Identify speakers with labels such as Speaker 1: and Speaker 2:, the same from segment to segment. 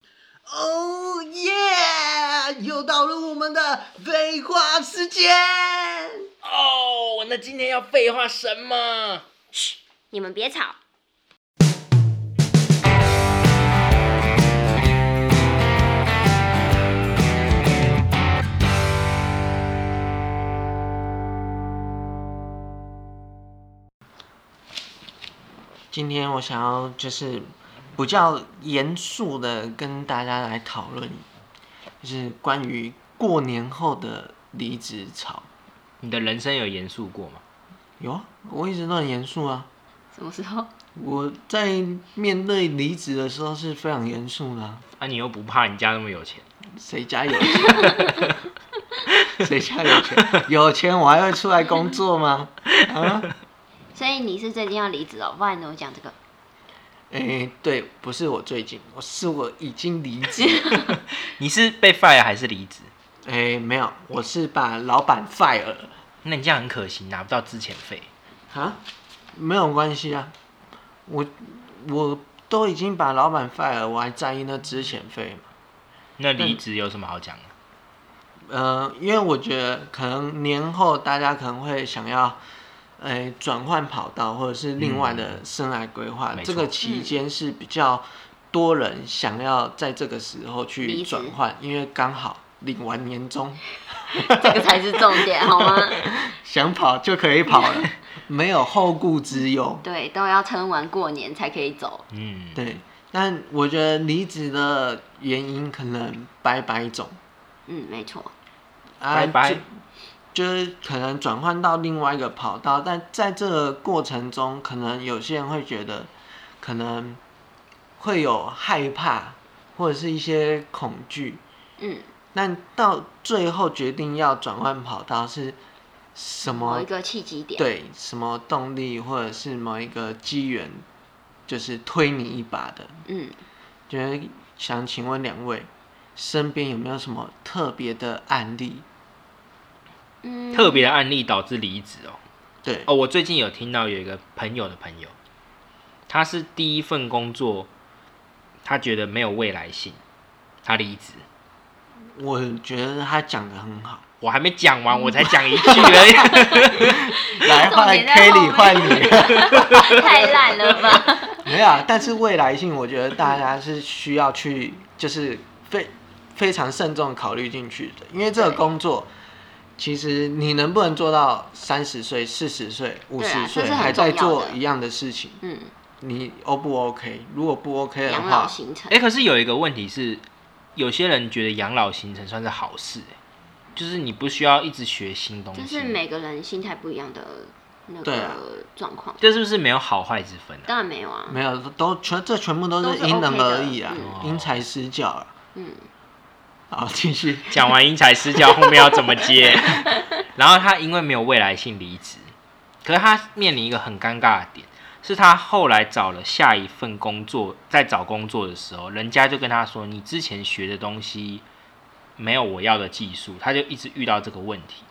Speaker 1: 家 Oh 又到了我们的废话时间。
Speaker 2: 哦，那今天要废话什么？
Speaker 3: 嘘，你们别吵。
Speaker 1: 今天我想要就是比较严肃的跟大家来讨论，就是关于过年后的离职潮。
Speaker 2: 你的人生有严肃过吗？
Speaker 1: 有啊，我一直都很严肃啊。
Speaker 3: 什么时候？
Speaker 1: 我在面对离职的时候是非常严肃的、啊。
Speaker 2: 啊，你又不怕你家那么有钱？
Speaker 1: 谁家有钱？谁家有钱？有钱我还会出来工作吗？啊？
Speaker 3: 所以你是最近要离职哦，不然你怎么讲这个？
Speaker 1: 诶、对，不是我最近，我是我已经离 职。
Speaker 2: 你是被 fire 还是离职？
Speaker 1: 诶、没有，我是把老板 fire 了
Speaker 2: 那你这样很可惜，拿不到之前费。
Speaker 1: 啊，没有关系啊，我我都已经把老板 fire，了我还在意那之前费吗？
Speaker 2: 那离职有什么好讲的？
Speaker 1: 呃，因为我觉得可能年后大家可能会想要，呃，转换跑道或者是另外的生涯规划，
Speaker 2: 嗯没错
Speaker 1: 这个期间是比较多人想要在这个时候去
Speaker 3: 离职
Speaker 1: 转换，因为刚好领完年终，
Speaker 3: 这个才是重点，好吗？
Speaker 1: 想跑就可以跑 了，没有后顾之忧。
Speaker 3: 对，都要撑完过年才可以走。
Speaker 2: 嗯，
Speaker 1: 对，但我觉得离职的原因可能百百种，
Speaker 3: 嗯，没错。
Speaker 1: 啊
Speaker 2: 拜拜
Speaker 1: 就就是可能转换到另外一个跑道，但在这个过程中，可能有些人会觉得，可能会有害怕或者是一些恐惧，
Speaker 3: 嗯，
Speaker 1: 但到最后决定要转换跑道是什
Speaker 3: 某
Speaker 1: 么
Speaker 3: 一？个契机点。
Speaker 1: 对，什么动力或者是某一个机缘，就是推你一把的。
Speaker 3: 嗯，
Speaker 1: 觉得想请问两位，身边有没有什么特别的案例？
Speaker 3: 嗯
Speaker 2: 特别的案例导致离职哦。
Speaker 1: 对，
Speaker 2: 哦，我最近有听到有一个朋友的朋友，他是第一份工作，他觉得没有未来性，他离职。
Speaker 1: 我觉得他讲的很好。
Speaker 2: 我还没讲完，我才讲一句而
Speaker 1: 嗯
Speaker 2: 已。
Speaker 1: 来，
Speaker 3: 重
Speaker 1: 换
Speaker 3: 点在
Speaker 1: Kelly，
Speaker 3: 后
Speaker 1: 换你。
Speaker 3: 太烂了吧？
Speaker 1: 没有啊，但是未来性，我觉得大家是需要去，就是非非常慎重考虑进去的，因为这个
Speaker 3: 对
Speaker 1: 工作。其实你能不能做到三十岁、四十岁、五
Speaker 3: 对啊
Speaker 1: 十岁
Speaker 3: 这是很
Speaker 1: 还在
Speaker 3: 重要
Speaker 1: 做
Speaker 3: 的
Speaker 1: 一样的事情，
Speaker 3: 嗯，
Speaker 1: 你 O 不 OK？如果不 OK 的
Speaker 3: 养
Speaker 1: 话
Speaker 3: 老，行程
Speaker 2: 哎、。可是有一个问题是，有些人觉得养老行程算是好事、哎就是你不需要一直学新东西。
Speaker 3: 就是每个人心态不一样的那
Speaker 1: 对啊
Speaker 3: 个状况，
Speaker 2: 这是不是没有好坏之分啊？
Speaker 3: 当然没有啊。
Speaker 1: 没有都全这全部都
Speaker 3: 都
Speaker 1: 是
Speaker 3: 是
Speaker 1: 因人
Speaker 3: OK 的
Speaker 1: 而异啊，
Speaker 2: 嗯
Speaker 1: 因材施教啊。
Speaker 3: 嗯，
Speaker 1: 好，继续。
Speaker 2: 讲完因材施教，后面要怎么接？然后他因为没有未来性离职，可是他面临一个很尴尬的点，是他后来找了下一份工作，在找工作的时候，人家就跟他说：“你之前学的东西没有我要的技术。”他就一直遇到这个问题，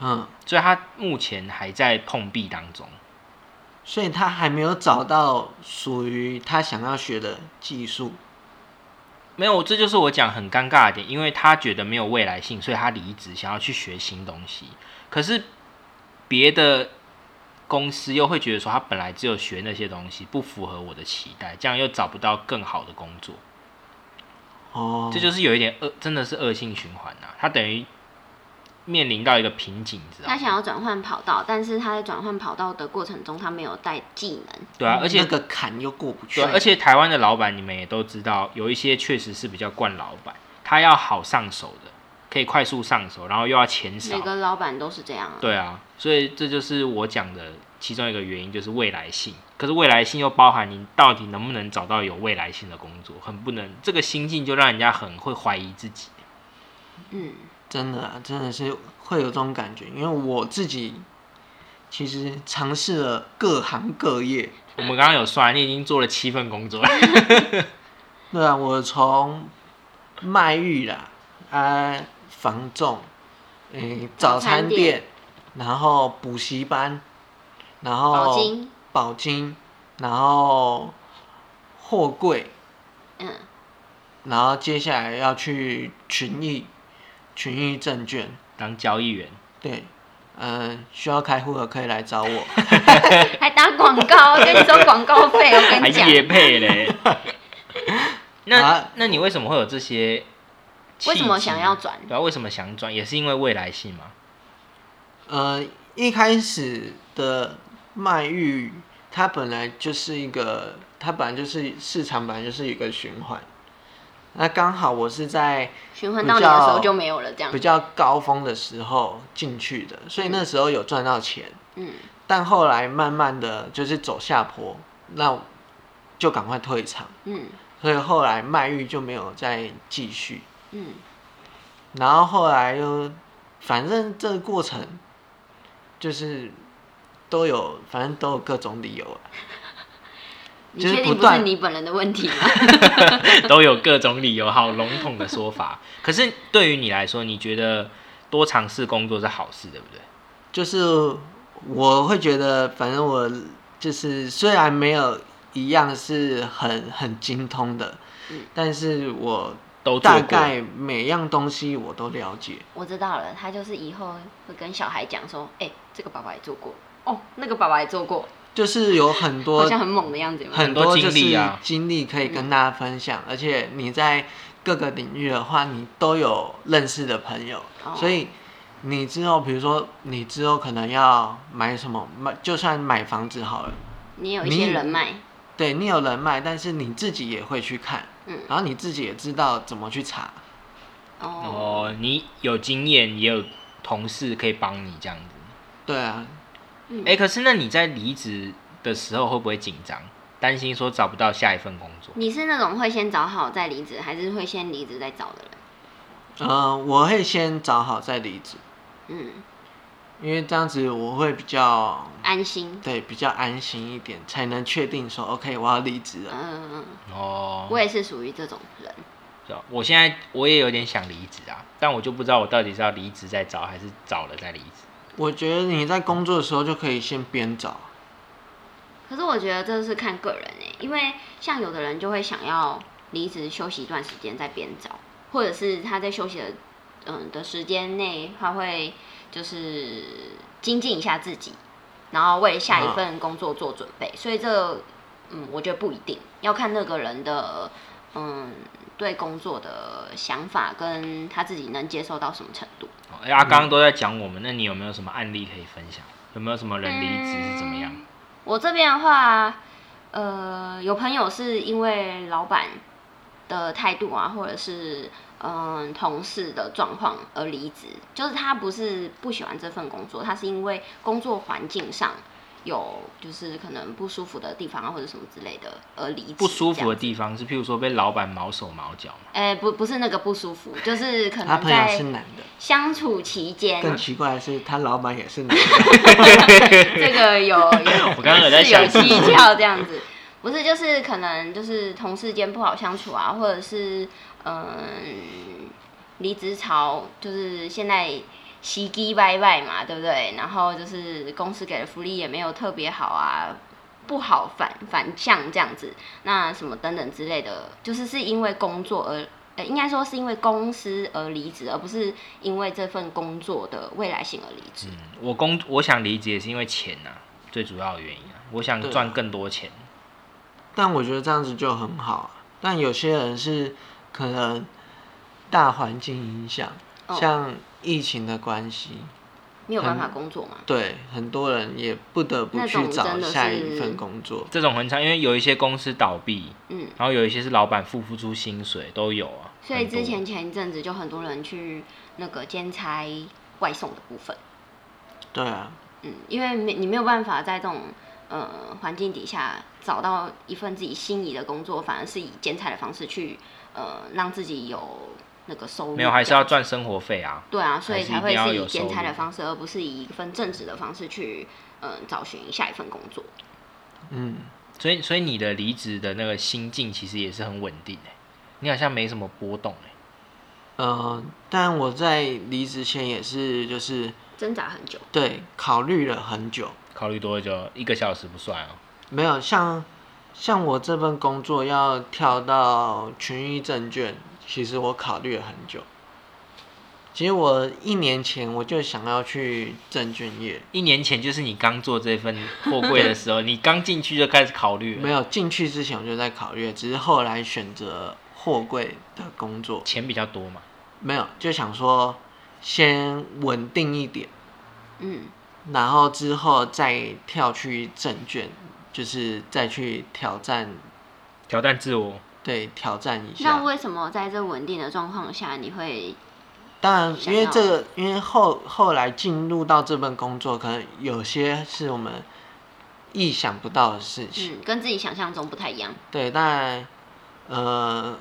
Speaker 1: 嗯，
Speaker 2: 所以他目前还在碰壁当中。
Speaker 1: 所以他还没有找到属于他想要学的技术。
Speaker 2: 没有，这就是我讲很尴尬的点，因为他觉得没有未来性，所以他离职，想要去学新东西。可是别的公司又会觉得说，他本来只有学那些东西，不符合我的期待，这样又找不到更好的工作，
Speaker 1: 哦，
Speaker 2: 这就是有一点恶，真的是恶性循环呐、他等于面临到一个瓶颈，你知道
Speaker 3: 他
Speaker 2: 吗？
Speaker 3: 想要转换跑道，但是他在转换跑道的过程中，他没有带技能。
Speaker 2: 对啊，而且
Speaker 1: 那个坎又过不去。
Speaker 2: 对，而且台湾的老板你们也都知道，有一些确实是比较惯老板，他要好上手的，可以快速上手，然后又要钱少
Speaker 1: 啊
Speaker 3: 每。个老板都是这样啊。
Speaker 2: 对啊，所以这就是我讲的其中一个原因，就是未来性。可是未来性又包含你到底能不能找到有未来性的工作，很不能这个心境就让人家很会怀疑自己。
Speaker 3: 嗯，
Speaker 1: 真的、啊，真的是会有这种感觉，因为我自己其实尝试了各行各业。
Speaker 2: 我们刚刚有算，你已经做了七份工作了，
Speaker 1: 对啊，我从卖玉啦，啊，房仲，诶、早
Speaker 3: 早
Speaker 1: 餐
Speaker 3: 餐店
Speaker 1: 店，然后补习班，然后
Speaker 3: 保金，
Speaker 1: 宝金，然后货柜，
Speaker 3: 嗯，
Speaker 1: 然后接下来要去群艺，群益证券，
Speaker 2: 当交易员，
Speaker 1: 对，嗯、需要开户的可以来找我。
Speaker 3: 还打广告，跟你收广告费，我跟
Speaker 2: 还
Speaker 3: 你讲，
Speaker 2: 业 配嘞。那
Speaker 1: 啊
Speaker 2: 那你为什么会有这些契机？
Speaker 3: 为什么想要转？
Speaker 2: 对啊，为什么想转？也是因为未来性嘛。
Speaker 1: 呃，一开始的卖玉，它本来就是一个，它本来就是市场，本来就是一个循环。那刚好我是在
Speaker 3: 循环到你的时候就没有了，这样
Speaker 1: 比，较高峰的时候进去的，所以那时候有赚到钱，
Speaker 3: 嗯，
Speaker 1: 但后来慢慢的就是走下坡，那我就赶快退场，
Speaker 3: 嗯
Speaker 1: 所以后来卖玉就没有再继续。
Speaker 3: 嗯，
Speaker 1: 然后后来又，反正这个过程就是都有，反正都有各种理由啊。
Speaker 3: 你
Speaker 1: 就是
Speaker 3: 确定
Speaker 1: 不
Speaker 3: 不是
Speaker 1: 断
Speaker 3: 你本人的问题吗？
Speaker 2: 都有各种理由，好笼统的说法。可是对于你来说，你觉得多尝试工作是好事，对不对？
Speaker 1: 就是我会觉得，反正我就是虽然没有一样是很很精通的
Speaker 3: 嗯，
Speaker 1: 但是我
Speaker 2: 都做
Speaker 1: 大
Speaker 2: 过
Speaker 1: 概每样东西我都了解。
Speaker 3: 我知道了，他就是以后会跟小孩讲说，哎、这个爸爸也做过，哦，那个爸爸也做过，
Speaker 1: 就是有很多
Speaker 3: 好像很猛的样子有没有，
Speaker 1: 很多就
Speaker 2: 很多经历
Speaker 1: 是
Speaker 2: 啊嗯
Speaker 1: 经历可以跟大家分享，而且你在各个领域的话，你都有认识的朋友，
Speaker 3: 哦
Speaker 1: 所以你之后，比如说你之后可能要买什么，买就算买房子好了，
Speaker 3: 你有一些
Speaker 1: 你
Speaker 3: 人脉，
Speaker 1: 对你有人脉，但是你自己也会去看，
Speaker 3: 嗯，
Speaker 1: 然后你自己也知道怎么去查，
Speaker 3: 哦，
Speaker 2: 哦，你有经验，也有同事可以帮你这样子。
Speaker 1: 对啊，
Speaker 3: 嗯
Speaker 2: 哎、可是那你在离职的时候会不会紧张，担心说找不到下一份工作？
Speaker 3: 你是那种会先找好再离职，还是会先离职再找的人？
Speaker 1: 呃，我会先找好再离职，
Speaker 3: 嗯，
Speaker 1: 因为这样子我会比较
Speaker 3: 安心，
Speaker 1: 对比较安心一点，才能确定说 OK 我要离职了，
Speaker 3: 嗯，
Speaker 2: 哦，
Speaker 3: 我也是属于这种人，
Speaker 2: 对啊我现在我也有点想离职啊，但我就不知道我到底是要离职再找，还是找了再离职。
Speaker 1: 我觉得你在工作的时候就可以先边找。
Speaker 3: 可是我觉得这是看个人诶、因为像有的人就会想要离职休息一段时间再边找，或者是他在休息的嗯的时间内，他会就是精进一下自己，然后为下一份工作做准备。所以这嗯，我觉得不一定要看那个人的嗯对工作的想法跟他自己能接受到什么程度。
Speaker 2: 哦哎、啊，刚刚都在讲我们，那你有没有什么案例可以分享？有没有什么人离职是怎么样？
Speaker 3: 嗯我这边的话，呃，有朋友是因为老板的态度啊，或者是嗯同事的状况而离职，就是他不是不喜欢这份工作，他是因为工作环境上有就是可能不舒服的地方啊，或者什么之类的而离职。
Speaker 2: 不舒服的
Speaker 3: 地，
Speaker 2: 地方是，譬如说被老板毛手毛脚嘛，
Speaker 3: 哎、不不是那个不舒服，就是可
Speaker 1: 他
Speaker 3: 能
Speaker 1: 朋友
Speaker 3: 在
Speaker 1: 是男的，
Speaker 3: 相处期间，
Speaker 1: 更奇怪的是，他老板也是男的。
Speaker 3: 这个有有，
Speaker 2: 我刚刚有在想
Speaker 3: 是有蹊跷这样子，不是就是可能就是同事间不好相处啊，或者是嗯离职潮，就是现在洗鸡拜拜嘛，对不对？然后就是公司给的福利也没有特别好啊。不好反反向这样子，那什么等等之类的，就是是因为工作而，呃，应该说是因为公司而离职，而不是因为这份工作的未来性而离职。
Speaker 2: 嗯，我工我想离职也是因为钱呐、最主要的原因啊，我想
Speaker 1: 对啊
Speaker 2: 赚更多钱。
Speaker 1: 但我觉得这样子就很好啊。但有些人是可能大环境影响，
Speaker 3: 哦
Speaker 1: 像疫情的关系，
Speaker 3: 没有办法工作嘛。
Speaker 1: 对很多人也不得不
Speaker 3: 那
Speaker 1: 去
Speaker 3: 种
Speaker 1: 找
Speaker 3: 真的
Speaker 1: 下一
Speaker 3: 是
Speaker 1: 份工作。
Speaker 2: 这种很常，因为有一些公司倒闭，
Speaker 3: 嗯，
Speaker 2: 然后有一些是老板付不出薪水，都有啊。
Speaker 3: 所以
Speaker 2: 很多
Speaker 3: 之前前一阵子就很多人去那个兼差外送的部分，
Speaker 1: 对啊，
Speaker 3: 嗯，因为没你没有办法在这种呃环境底下找到一份自己心仪的工作，反而是以兼差的方式去呃让自己有那个收入，
Speaker 2: 没有，还是要赚生活费啊。
Speaker 3: 对啊，所以才会
Speaker 2: 还是
Speaker 3: 是
Speaker 2: 一定要有
Speaker 3: 以兼差
Speaker 2: 收
Speaker 3: 的
Speaker 2: 入
Speaker 3: 方式，而不是以一份正职的方式去嗯、呃找寻下一份工作。
Speaker 1: 嗯，
Speaker 2: 所以，所以你的离职的那个心境其实也是很稳定的、你好像没什么波动哎、
Speaker 1: 呃，但我在离职前也是就是
Speaker 3: 挣扎很久，
Speaker 1: 对考虑了很久，
Speaker 2: 考虑多久？一个小时不算哦、
Speaker 1: 没有像像我这份工作要跳到群益证券，其实我考虑了很久。其实我一年前我就想要去证券业，
Speaker 2: 一年前就是你刚做这份货柜 的时候，你刚进去就开始考虑了
Speaker 1: 没有进去之前我就在考虑，只是后来选择货柜的工作，
Speaker 2: 钱比较多嘛？
Speaker 1: 没有就想说先稳定一点，
Speaker 3: 嗯，
Speaker 1: 然后之后再跳去证券，就是再去挑战，
Speaker 2: 挑战自我，
Speaker 1: 对，挑战一
Speaker 2: 啊
Speaker 3: 那
Speaker 1: 下。
Speaker 3: 为什么在这稳定的状况下，你会
Speaker 1: 当然，因
Speaker 3: 想
Speaker 1: 为
Speaker 3: 要
Speaker 1: 这个，因为后后来进入到这份工作，可能有些是我们意想不到的事情。
Speaker 3: 嗯跟自己想象中不太一样？
Speaker 1: 对，但呃，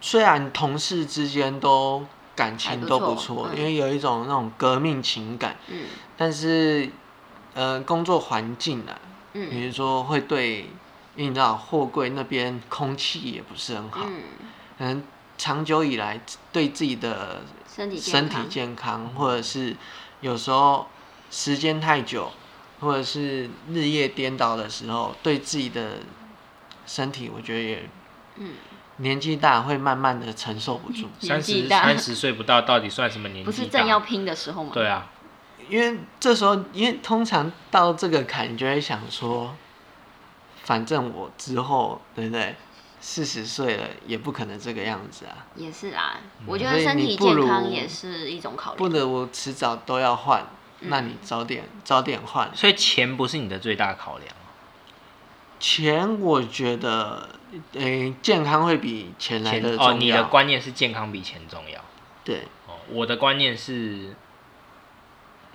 Speaker 1: 虽然同事之间都感
Speaker 3: 还
Speaker 1: 情
Speaker 3: 不
Speaker 1: 都不
Speaker 3: 错
Speaker 1: 错，
Speaker 3: 嗯
Speaker 1: 因为有一种那种革命情感，
Speaker 3: 嗯
Speaker 1: 但是呃，工作环境啊，
Speaker 3: 嗯
Speaker 1: 比如说会对，因为你知道货柜那边空气也不是很好，
Speaker 3: 嗯，
Speaker 1: 可能长久以来对自己的
Speaker 3: 身体
Speaker 1: 身
Speaker 3: 健
Speaker 1: 体
Speaker 3: 康，
Speaker 1: 健康，或者是有时候时间太久，或者是日夜颠倒的时候，对自己的身体，我觉得也
Speaker 3: 嗯，
Speaker 1: 年纪大会慢慢的承受不住，
Speaker 3: 年
Speaker 2: 三
Speaker 3: 纪
Speaker 2: 十
Speaker 3: 大
Speaker 2: 三十岁不到，到底算什么年纪？
Speaker 3: 不是正要。拼的时候吗？
Speaker 2: 对啊，
Speaker 3: 嗯
Speaker 1: 因为这时候，因为通常到这个坎，你就会想说，反正我之后，对不对？四十岁了也不可能这个样子啊，
Speaker 3: 也是啦，我觉
Speaker 1: 所
Speaker 3: 得
Speaker 1: 以
Speaker 3: 身
Speaker 1: 你
Speaker 3: 体
Speaker 1: 不
Speaker 3: 健
Speaker 1: 如
Speaker 3: 康也是一种考
Speaker 1: 不
Speaker 3: 虑。
Speaker 1: 得我迟早都要换，那
Speaker 3: 嗯
Speaker 1: 你早点早点换，
Speaker 2: 所以钱不是你的最大考量。
Speaker 1: 钱，我觉得，诶、健康会比钱来
Speaker 2: 钱
Speaker 1: 的重要。
Speaker 2: 哦，你的观念是健康比钱重要。
Speaker 1: 对，
Speaker 2: 哦，我的观念是，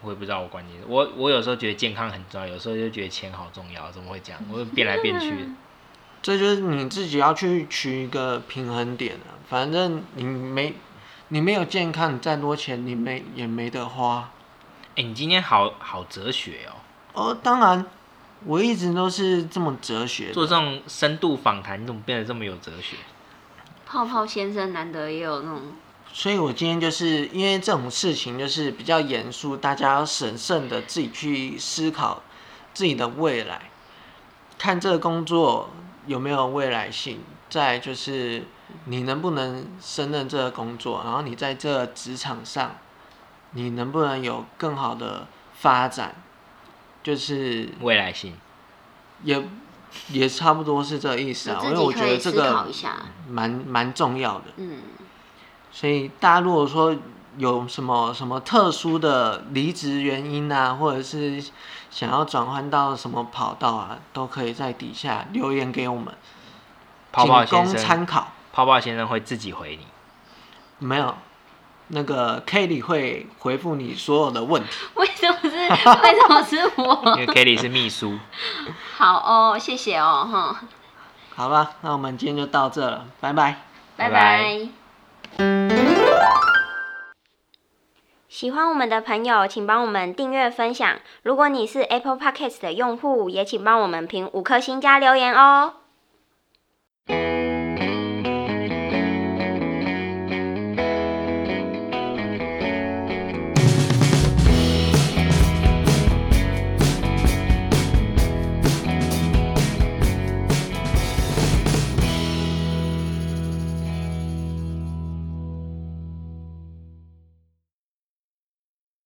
Speaker 2: 我也不知道我观念。我我有时候觉得健康很重要，有时候就觉得钱好重要，怎么会这样？我会变来 变去。
Speaker 1: 这就是你自己要去取一个平衡点啊。反正你没，你没有健康，你再多钱你没也没得花。
Speaker 2: 哎、你今天好好哲学哦，
Speaker 1: 哦，当然，我一直都是这么哲学的。
Speaker 2: 做这种深度访谈，你怎么变得这么有哲学？
Speaker 3: 泡泡先生难得也有那种，
Speaker 1: 所以我今天就是因为这种事情就是比较严肃，大家要审慎的自己去思考自己的未来，看这个工作有没有未来性，再来就是你能不能胜任这个工作，然后你在这职场上，你能不能有更好的发展，就是
Speaker 2: 未来性，
Speaker 1: 也也差不多是这个意思
Speaker 3: 就
Speaker 1: 啊，因
Speaker 3: 自
Speaker 1: 为我
Speaker 3: 己
Speaker 1: 觉
Speaker 3: 可
Speaker 1: 得
Speaker 3: 以
Speaker 1: 这
Speaker 3: 思考
Speaker 1: 个
Speaker 3: 一下。
Speaker 1: 蛮蛮重要的。
Speaker 3: 嗯，
Speaker 1: 所以大家如果说有什么什么特殊的离职原因啊，或者是想要转换到什么跑道啊，都可以在底下留言给我们，
Speaker 2: 泡泡
Speaker 1: 仅
Speaker 2: 先
Speaker 1: 供
Speaker 2: 生，
Speaker 1: 参考。
Speaker 2: 泡泡先生会自己回你。
Speaker 1: 没有，那个 k a t i e 会回复你所有的问题。
Speaker 3: 为什么是为什么是
Speaker 2: 因
Speaker 3: 我？
Speaker 2: 为 Kelly 是秘书，
Speaker 3: 好哦，谢谢哦，哈，
Speaker 1: 好吧，那我们今天就到这了，拜拜。
Speaker 3: 拜
Speaker 2: 拜拜
Speaker 3: 拜。喜欢我们的朋友，请帮我们订阅分享。如果你是 Apple Podcast 的用户，也请帮我们评五颗星加留言哦。